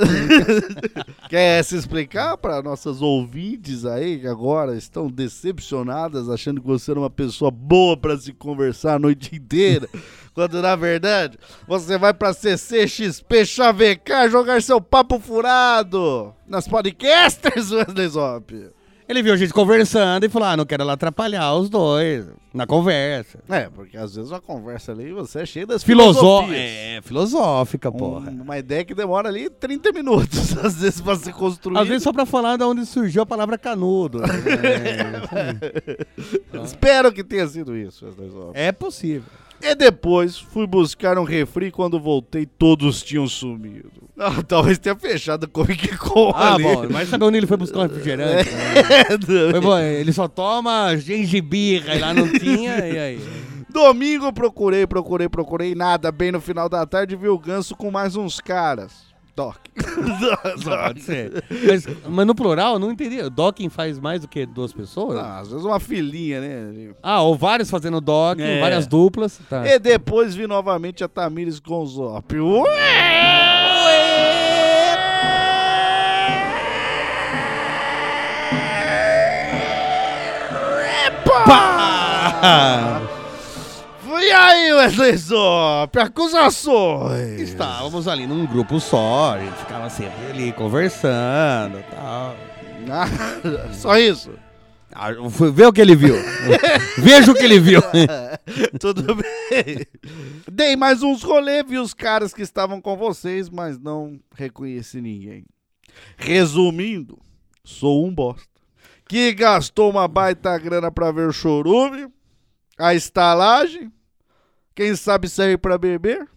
Quer se explicar para nossas ouvintes aí que agora estão decepcionadas, achando que você era uma pessoa boa para se conversar a noite inteira, quando na verdade você vai para CCXP chavecar jogar seu papo furado nas podcasters, Wesley Zop. Ele viu a gente conversando e falou: ah, não quero lá atrapalhar os dois na conversa. É, porque às vezes uma conversa ali você é cheia das Filosó filosofias. é, filosófica, Um- porra. Uma ideia que demora ali 30 minutos, às vezes, pra ser construída. Às vezes só pra falar de onde surgiu a palavra canudo. É, Espero que tenha sido isso, Wesley Zop. é possível. E depois fui buscar um refri quando voltei todos tinham sumido. Ah, talvez tenha fechado o Comic Con Ah, ali. bom, mas sabe onde ele foi buscar um refrigerante? né? Foi, bom, ele só toma gengibirra e lá não tinha, e aí? Domingo procurei, procurei, procurei nada. Bem no final da tarde vi o Ganso com mais uns caras. Doc. Pode ser. Mas, mas no plural, não entendi. O docking faz mais do que duas pessoas? Ah, às vezes uma filhinha, né? Ah, ou vários fazendo docking, É. várias duplas. Tá. E depois vi novamente a Tamires com o Zop. Ué! Pá! E aí, Wesley Zop? Acusações! Estávamos ali num grupo só, a gente ficava sempre ali conversando e tal. Ah, só isso? Ah, eu fui ver o que ele viu. Veja o que ele viu. Tudo bem. Dei mais uns rolê, vi os caras que estavam com vocês, mas não reconheci ninguém. Resumindo, sou um bosta. Que gastou uma baita grana pra ver o chorume, a estalagem, quem sabe sair pra beber.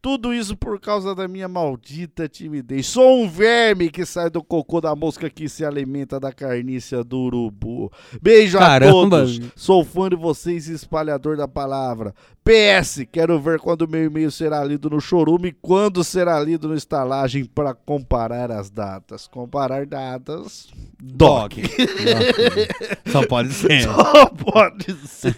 Tudo isso por causa da minha maldita timidez. Sou um verme que sai do cocô da mosca que se alimenta da carnícia do urubu. Beijo a Caramba. todos. Sou fã de vocês e espalhador da palavra. PS, quero ver quando meu e-mail será lido no Chorume e quando será lido no Estalagem para comparar as datas. Comparar datas. Doc. Só pode ser. Só pode ser.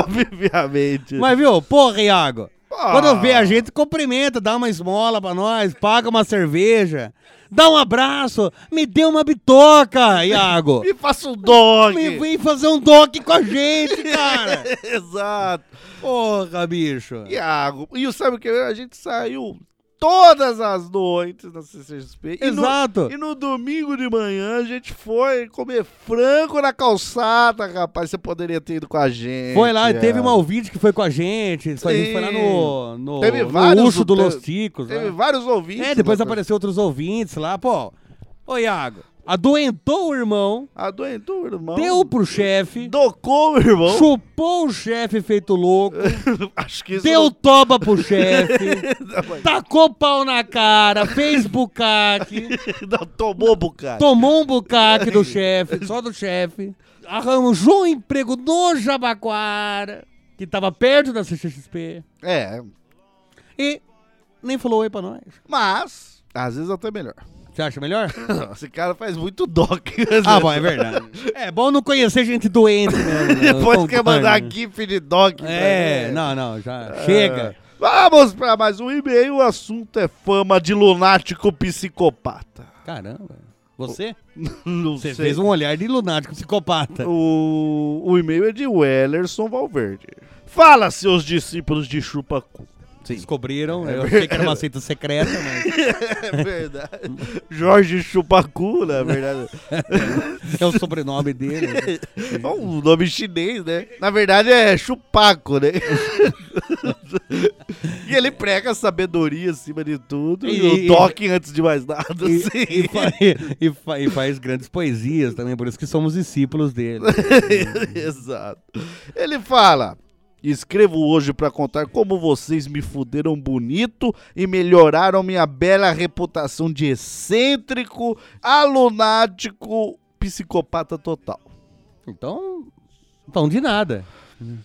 Obviamente. Mas viu, porra, Iago. Ah. Quando vê a gente, cumprimenta, dá uma esmola pra nós, paga uma cerveja, dá um abraço, me dê uma bitoca, Iago. Me faça um dog. Me vem fazer um doc com a gente, cara. Exato. Porra, bicho. Iago. E sabe o que? A gente saiu todas as noites na CCXP. E no- Exato. E no domingo de manhã a gente foi comer frango na calçada, rapaz. Você poderia ter ido com a gente. Foi lá, é. teve uma ouvinte que foi com a gente. A gente foi lá no, no, Teve no vários, Urso do teve- Los Ticos. Teve né? vários ouvintes. É, depois né? apareceu outros ouvintes lá, pô. Ô, Iago, adoentou o irmão, Ah, Adoentou, então, irmão. deu um pro chefe, Docou, irmão. chupou o chefe feito louco, Acho que isso deu não- toba pro chefe, tacou pau na cara, fez bucaque, não tomou bucado. tomou um bucaque do chefe, só do chefe, arranjou um emprego no Jabaquara, que tava perto da CXP. É, E nem falou oi pra nós. mas às vezes até melhor. Você acha melhor? Então, Esse cara faz muito doc. ah, bom, é verdade. É bom não conhecer gente doente mesmo. né? Eu Depois quer concordo. mandar É. GIF de doc. pra É, ele. não, não, já chega. Vamos pra mais um e-mail. O assunto é fama de lunático psicopata. Caramba. Você? Não Você sei. fez um olhar de lunático psicopata. O, o e-mail é de Wellerson Valverde. Fala, seus discípulos de chupacu. Descobriram, eu achei que era uma seita secreta, mas É verdade. Jorge Chupacu, na verdade. é o sobrenome dele. É um nome chinês, né? Na verdade é Chupaco, né? e ele prega sabedoria acima de tudo e, E- o toque antes de mais nada. E, assim. e fa- e fa- e faz grandes poesias também, por isso que somos discípulos dele. Exato. Ele fala: Escrevo hoje pra contar como vocês me fuderam bonito e melhoraram minha bela reputação de excêntrico, alunático, psicopata total. Então, pão de nada.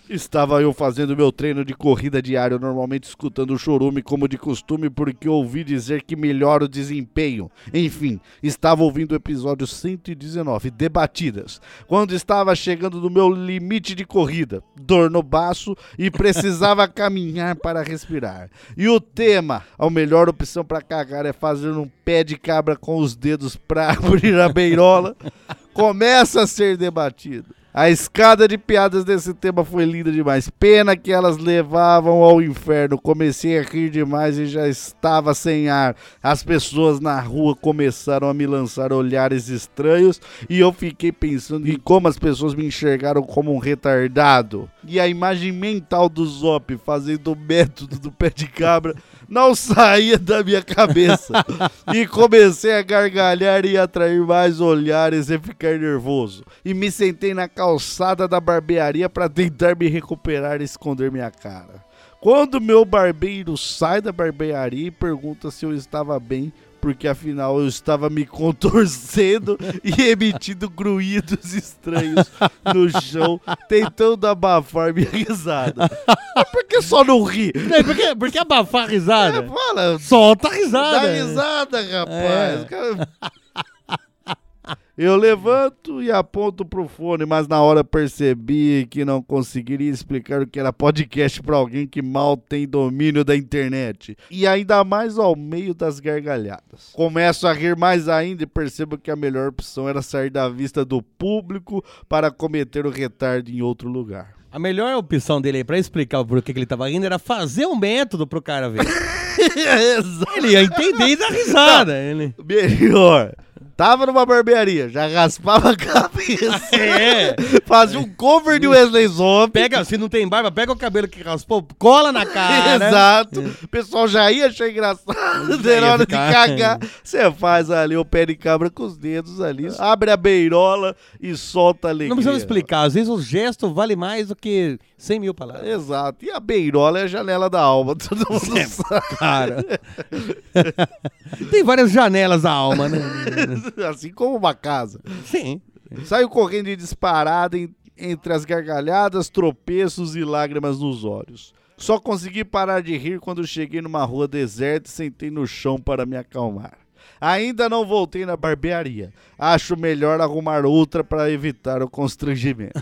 Estava eu fazendo meu treino de corrida diário, normalmente escutando o chorume como de costume, porque ouvi dizer que melhora o desempenho. Enfim, estava ouvindo o episódio 119, Debatidas, quando estava chegando no meu limite de corrida, dor no baço e precisava caminhar para respirar. E o tema, a melhor opção para cagar é fazer um pé de cabra com os dedos para abrir a beirola, começa a ser debatido. A escada de piadas desse tema foi linda demais. Pena que elas levavam ao inferno. Comecei a rir demais e já estava sem ar. As pessoas na rua começaram a me lançar olhares estranhos e eu fiquei pensando em como as pessoas me enxergaram como um retardado. E a imagem mental do Zop fazendo o método do pé de cabra não saía da minha cabeça. e comecei a gargalhar e atrair mais olhares e ficar nervoso. E me sentei na calçada da barbearia para tentar me recuperar e esconder minha cara. Quando meu barbeiro sai da barbearia e pergunta se eu estava bem, porque afinal eu estava me contorcendo e emitindo gruídos estranhos no chão, tentando abafar minha risada. Mas por que só não ri? Por que, por que abafar a risada? É, fala, Solta a risada. né? É. Dá risada, rapaz. Cara- Eu levanto e aponto pro fone, mas na hora percebi que não conseguiria explicar o que era podcast pra alguém que mal tem domínio da internet. E ainda mais ao meio das gargalhadas. Começo a rir mais ainda e percebo que a melhor opção era sair da vista do público para cometer o retardo em outro lugar. A melhor opção dele aí pra explicar o porquê que ele tava rindo era fazer um método pro cara ver. ele ia entender e dar risada. Ele... Melhor. Tava numa barbearia, já raspava a cabeça. É. Fazia um cover de Wesley Zop. Pega, se não tem barba, pega o cabelo que raspou, cola na cara. Exato. O pessoal já ia achar engraçado. né? É. ia Era hora de ficar. cagar. Você faz ali o pé de cabra com os dedos ali. Abre a beirola e solta a alegria. Não precisa explicar, às vezes o gesto vale mais do que 100 mil palavras. Exato. E a beirola é a janela da alma. Todo mundo sabe. Cara. Tem várias janelas da alma, né? Assim como uma casa. Sim. Saiu correndo de disparada en- entre as gargalhadas, tropeços e lágrimas nos olhos. Só consegui parar de rir quando cheguei numa rua deserta e sentei no chão para me acalmar. Ainda não voltei na barbearia. Acho melhor arrumar outra para evitar o constrangimento.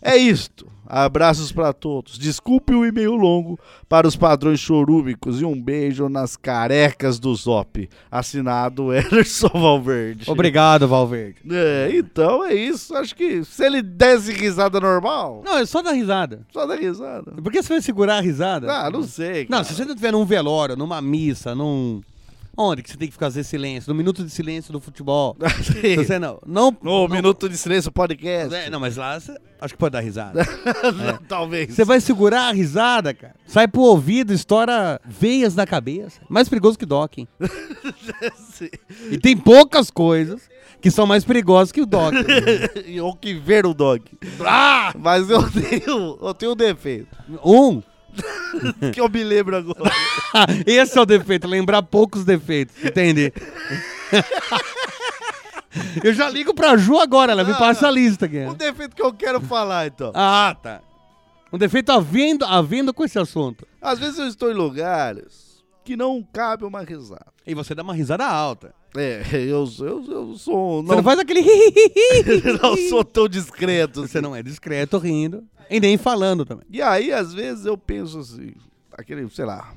É isto. Abraços para todos. Desculpe o e-mail longo para os padrões chorúbicos e um beijo nas carecas do Zop. Assinado Elerson Valverde. Obrigado, Valverde. É, então é isso. Acho que se ele desse risada normal, Não, é só dar risada. só dá risada. Por que você vai segurar a risada? Ah, não sei. Não, cara. se você não tiver num velório, numa missa, num. Onde que você tem que fazer silêncio? No minuto de silêncio do futebol. Se você não. Não. No não Minuto de Silêncio Podcast. é, não, mas lá você- acho que pode dar risada. Não, Talvez. Você vai segurar a risada, cara. Sai pro ouvido, estoura veias na cabeça. Mais perigoso que docking. E tem poucas coisas que são mais perigosas que o docking. Ou que ver o dog. Ah! Mas eu tenho, eu tenho um defeito. Um. Que eu me lembro agora. Esse é o defeito, lembrar poucos defeitos, entende? Eu já ligo pra Ju agora, ela me passa a lista aqui. um defeito que eu quero falar, então. Ah, tá. Um defeito havendo, havendo com esse assunto. Às vezes eu estou em lugares que não cabe uma risada. E você dá uma risada alta. É, eu, eu, eu sou. um Você não, Não, faz aquele ri não sou tão discreto. Você assim. não é discreto rindo e nem falando também. E aí, às vezes, eu penso assim, aquele, sei lá,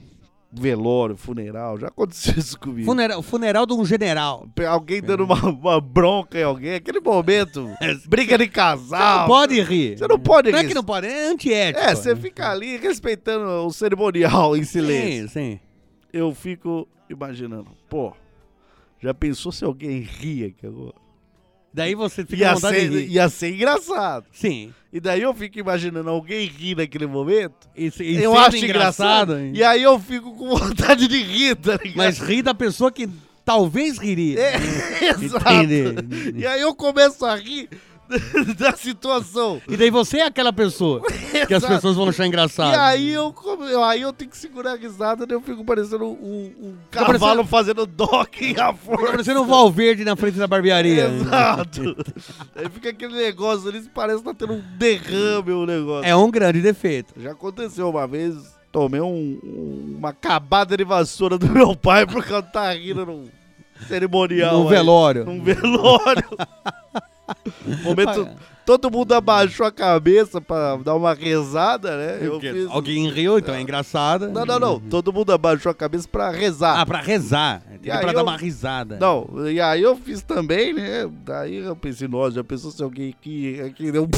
velório, funeral, já aconteceu isso comigo. Funeral, funeral de um general. Alguém É. dando uma, uma bronca em alguém, aquele momento, briga de casal. não pode rir. Ah, Você não pode Não é rir. que não pode, é antiético. É, você fica ali respeitando o cerimonial em silêncio. Sim, sim. Eu fico imaginando, pô, já pensou se alguém ria aqui agora? Daí você fica à Ia vontade de ser, rir. ia ser engraçado. Sim. E daí eu fico imaginando alguém rir naquele momento. E, se- e eu sendo acho engraçado. hein? E aí eu fico com vontade de rir, tá ligado? Mas ri da pessoa que talvez riria. É, exato. Entendi. E aí eu começo a rir da situação. E daí você é aquela pessoa que as Exato. pessoas vão achar engraçado. E aí eu, come- eu- aí eu tenho que segurar a risada, daí eu fico parecendo um, um Fica parecendo- cavalo fazendo docking à Fica força. parecendo um Valverde na frente da barbearia. Exato. aí fica aquele negócio ali, parece que tá tendo um derrame o negócio. É um grande defeito. Já aconteceu uma vez, tomei um- um- uma cabada de vassoura do meu pai por causa de estar rindo num cerimonial. Um aí. velório. Num velório. Momento... Todo mundo abaixou a cabeça pra dar uma rezada, né? Eu Porque fiz- Alguém riu, então é engraçada. Não, não, não. Todo mundo abaixou a cabeça pra rezar. Ah, pra rezar. E Pra aí dar eu- uma risada. Não, e aí eu fiz também, né? Daí eu pensei, nossa, já pensou se alguém aqui, aqui deu. um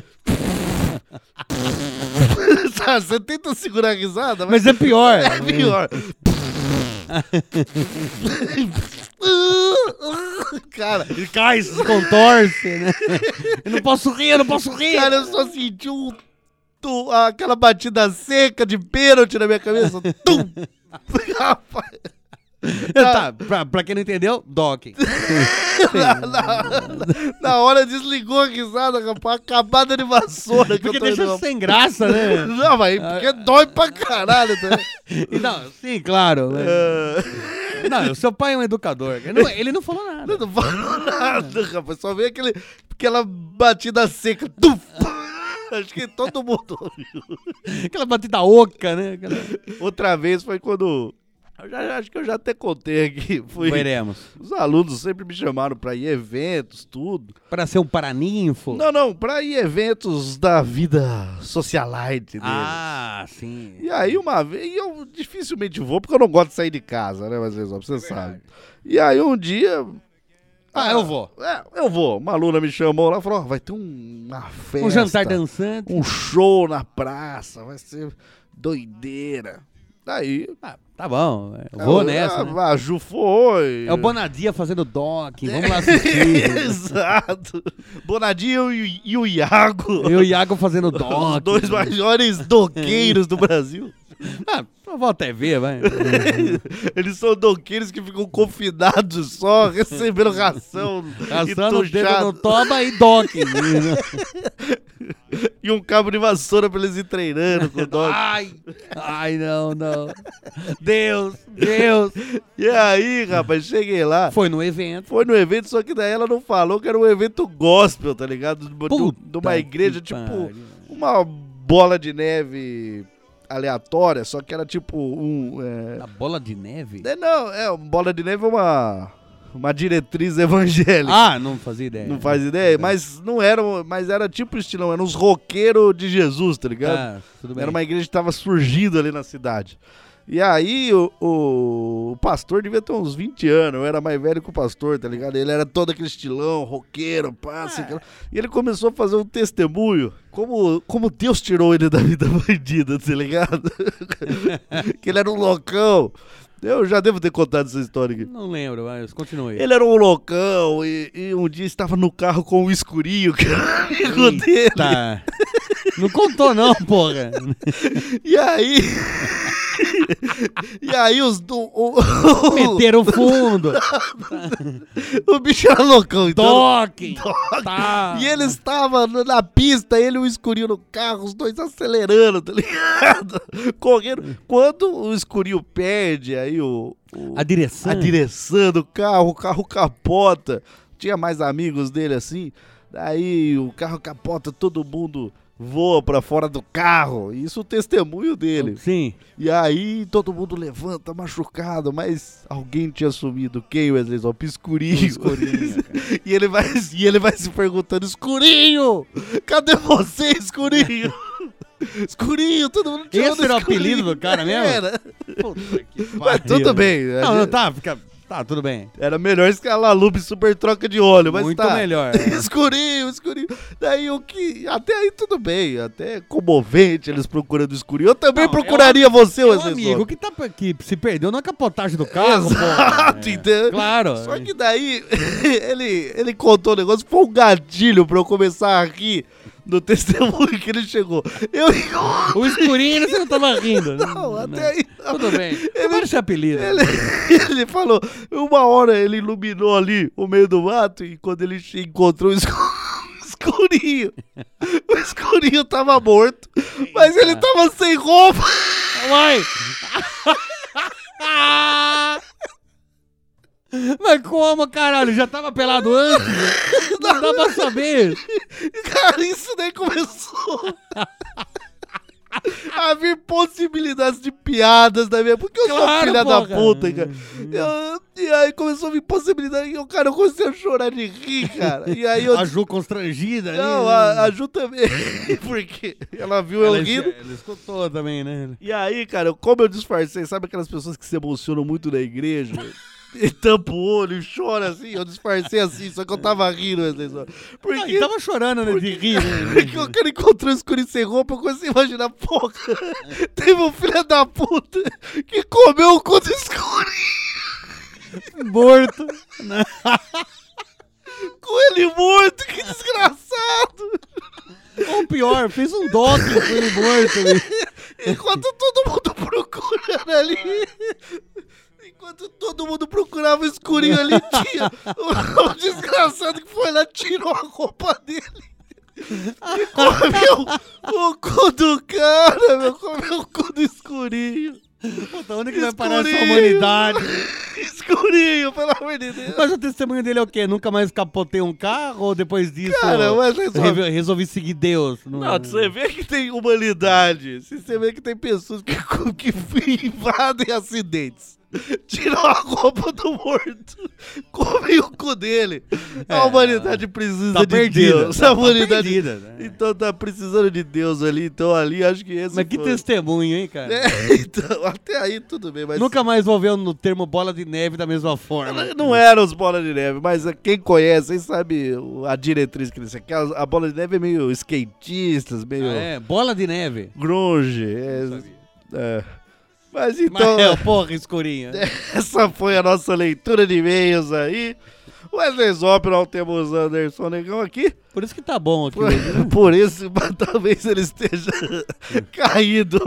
Sabe, Você tenta segurar a risada, mas, Mas é pior. é pior. cara, Ele cai, se contorce, né? Eu não posso rir, eu não posso rir. cara, eu só senti um, tu- aquela batida seca de pênalti na minha cabeça. Tum! Rapaz. tá, pra, pra quem não entendeu, Doc. Na hora desligou a risada, rapaz. Acabada de vassoura que Porque eu tô deixa indo- sem graça, né? Não, mas porque dói pra caralho tá? também. E não, sim, claro. mas- Não, o seu pai é um educador. Ele não, ele não falou nada. Não falou nada, rapaz. Só veio aquele, aquela batida seca. Tuf! Acho que todo mundo ouviu. Aquela batida oca, né? Aquela... Outra vez foi quando. eu já- acho que eu já até contei aqui. Fui, Veremos. os alunos sempre me chamaram pra ir a eventos, tudo. Pra ser um paraninfo. Não, não, pra ir a eventos da vida socialite deles. Ah, sim. E aí uma vez, e eu dificilmente vou, porque eu não gosto de sair de casa, né? Mas Zezão, você sabe. E aí um dia. Ah, eu vou. É, eu vou. Uma aluna me chamou lá e falou: ó, vai ter um- uma festa. Um jantar dançante. Um show na praça, vai ser doideira. Daí. Ah, tá bom. Eu vou a- nessa. A, né? Ah, a Ju foi. É o Bonadia fazendo doc. Vamos lá assistir. Exato. Bonadinho e, o- e o Iago. E o Iago fazendo doc. Os dois maiores doqueiros do Brasil. Ah, eu vou até ver, vai. Eles são doqueiros que ficam confinados só, recebendo ração. Assando o e dedo tuchado, no toba e doc. E um cabo de vassoura pra eles ir treinando com o dog. Ai, ai, não, não. Deus, Deus. E aí, rapaz, cheguei lá. Foi no evento. Foi no evento, só que daí ela não falou que era um evento gospel, tá ligado? Do- do- Puta De uma igreja, que tipo, pariu. uma bola de neve aleatória, só que era tipo um. é, A bola de neve? é, Não, é, uma bola de neve é uma, uma diretriz evangélica. Ah, é, não fazia ideia. Não faz ideia, mas não era, mas era tipo estilão, era uns roqueiros de Jesus, tá ligado? Tá, tudo bem. Era uma igreja que tava surgindo ali na cidade. E aí o, o- o pastor devia ter uns 20 anos, eu era mais velho que o pastor, tá ligado? Ele era todo aquele estilão, roqueiro, pá, assim, É. aquela- E ele começou a fazer um testemunho, como, como Deus tirou ele da vida bandida, tá ligado? que ele era um loucão. Eu já devo ter contado essa história aqui. Não lembro, mas continue. Ele era um loucão e, e um dia estava no carro com o escurinho, que era amigo dele. Tá. Não contou, não, porra. E aí. e aí os do. O, Meteram o fundo. o bicho era loucão, então. Toque. Tá. E ele estava no- na pista, ele e o escurinho no carro, os dois acelerando, tá ligado? Correndo. Quando o escurinho perde, aí o. o- A direção. a direção do carro, o carro capota. Tinha mais amigos dele assim. Daí o carro capota, todo mundo voa pra fora do carro. Isso o testemunho dele. Sim. E aí todo mundo levanta machucado, mas alguém tinha sumido. Quem, Wesley? Só escurinho. e, ele vai, e ele vai se perguntando: Escurinho! Cadê você, escurinho? Escurinho, todo mundo Esse era o escurinho. apelido do cara mesmo? Era. Puta que Mas pariu, tudo velho. bem. É, a Não, não, gente- tá, fica... Tá, tudo bem. Era melhor escalar Lupe Super Troca de Olho, mas Muito tá. melhor. né? escurinho, escurinho. Daí o que. Até aí tudo bem. Até comovente eles procurando escurinho. Eu também Não, é procuraria você, Meu Wesley amigo Safra. que, tá, que se perdeu na capotagem do carro, Exato, pô. entendeu? Claro. é. Só que daí ele, ele contou o negócio, foi um gadilho pra eu começar a rir do testemunho que ele chegou. Eu O escurinho você não tava rindo. não, até aí. não. Hum, né? Tudo bem. Ele... Ele- esse apelido. Ele, ele falou, uma hora ele iluminou ali o meio do mato e quando ele che- encontrou o escu- escurinho, o escurinho tava morto, mas ele tava sem roupa. Uai! Mas como, caralho? Já tava pelado antes? Não dá pra saber. Cara, isso daí começou. A vir possibilidades de piadas da minha. Porque eu sou Claro, filha porra. Uhum. da puta, cara. Eu- e aí começou a vir possibilidade. E eu, cara, eu comecei a chorar de rir, cara. E aí eu. A Ju constrangida ali. não, a, a Ju também. Porque ela viu Ela- eu rindo. Ela escutou também, né? E aí, cara, como eu disfarcei, sabe aquelas pessoas que se emocionam muito na igreja? E tampa o olho e chora assim. Eu disfarcei assim, só que eu tava rindo. Wesley Safra. Porque... Não, e tava chorando, né? De rir. né? Porque o cara encontrou o escuro sem roupa, eu comecei a imaginar, porra, teve um filho da puta que comeu o cu do escuro Morto. com ele morto, que desgraçado! Ou pior, fez um doc com ele morto. né? Enquanto todo mundo procurando ali. Enquanto todo mundo procurava o escurinho ali, tinha o, o desgraçado que foi lá, tirou a roupa dele. E comeu o cu do cara, meu. Comeu o cu do escurinho. Puta, onde que vai parar essa Escurinho. humanidade? Escurinho, pelo amor de Deus. Mas o testemunho dele é o quê? Nunca mais capotei um carro? Ou depois disso Cara, é o Wesley Safra- resolvi, resolvi seguir Deus? Não, Não, você vê que tem humanidade. se Você vê que tem pessoas que, que invadem acidentes. Tiram a roupa do morto. Comem o cu dele. É, a humanidade precisa tá de perdida, Deus. tá- a tá humanidade. perdida, né? Então tá precisando de Deus ali. Então ali acho que esse. Mas que foi. testemunho, hein, cara? É, então, até aí tudo bem, mas. Nunca mais vou ver no termo bola de neve da mesma forma. Não é, eram os bolas de neve, mas eh, quem conhece, aí sabe o- a diretriz que eles aquelas A bola de neve é meio skatistas, Ah, meio. é, bola de neve. Grunge. É, é. Mas Mas então, é, porra, escurinha. essa foi a nossa leitura de e-mails aí. Wesley Zop, não temos Anderson Negão aqui. Por isso que tá bom aqui. Por, hoje. por isso, mas talvez ele esteja caído.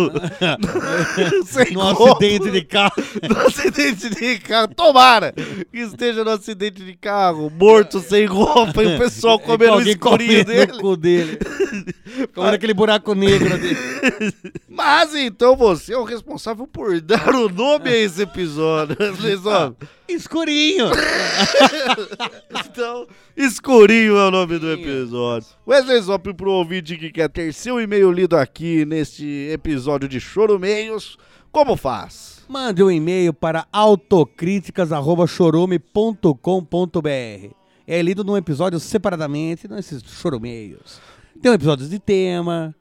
sem No corpo. acidente de carro. No acidente de carro. Tomara que esteja no acidente de carro, morto, sem roupa, e o pessoal comendo o É. Alguém escurinho comendo dele. o cu dele. Comendo aquele buraco negro dele. Mas então você é o responsável por dar o nome a esse episódio, Wesley Zop. Escurinho. Então, escurinho é o nome do episódio. Wesley Zop pro ouvinte que quer ter seu e-mail lido aqui neste episódio de Choro Meios, como faz? Mande um e-mail para autocríticas.chorome.com.br. É lido num episódio separadamente, nesses choromeios. Tem um episódio de tema,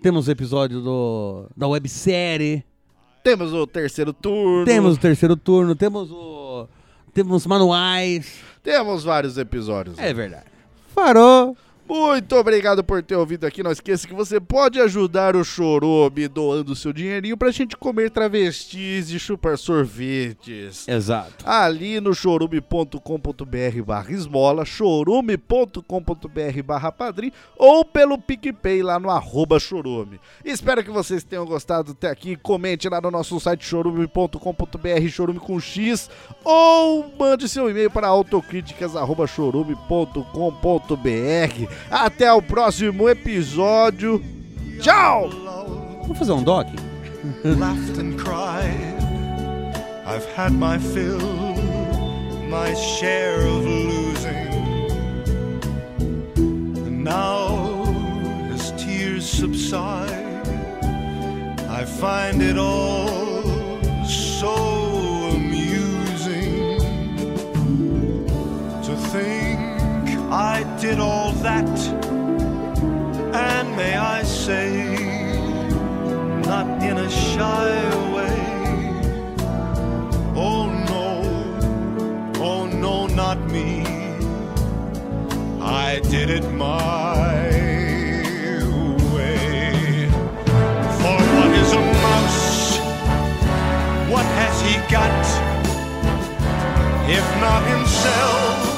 temos episódio do, da websérie, Temos o terceiro turno. temos o terceiro turno, temos o. Temos manuais. Temos vários episódios. É verdade. Farou! Muito obrigado por ter ouvido aqui. Não esqueça que você pode ajudar o Chorobe doando seu dinheirinho pra gente comer travestis e chupar sorvetes. Exato. ali no chorume.com.br barra esmola, chorume.com.br barra padrim ou pelo PicPay lá no arroba chorume. Espero que vocês tenham gostado até aqui. Comente lá no nosso site chorume.com.br, chorume com X, ou mande seu e-mail para autocríticas.chorume.com.br. Até o próximo episódio. Tchau! Vamos fazer um doc? laughed and cried. I've had my fill, my share of losing. And now, as tears subside, I find it all so amusing to think I did all that. And may I say, in a shy way. Oh no, oh no, not me. I did it my way. For what is a mouse? What has he got? If not himself?